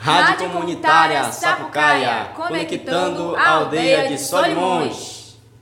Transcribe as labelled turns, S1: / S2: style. S1: Rádio Comunitária Sapucaia, conectando a aldeia de Solimões.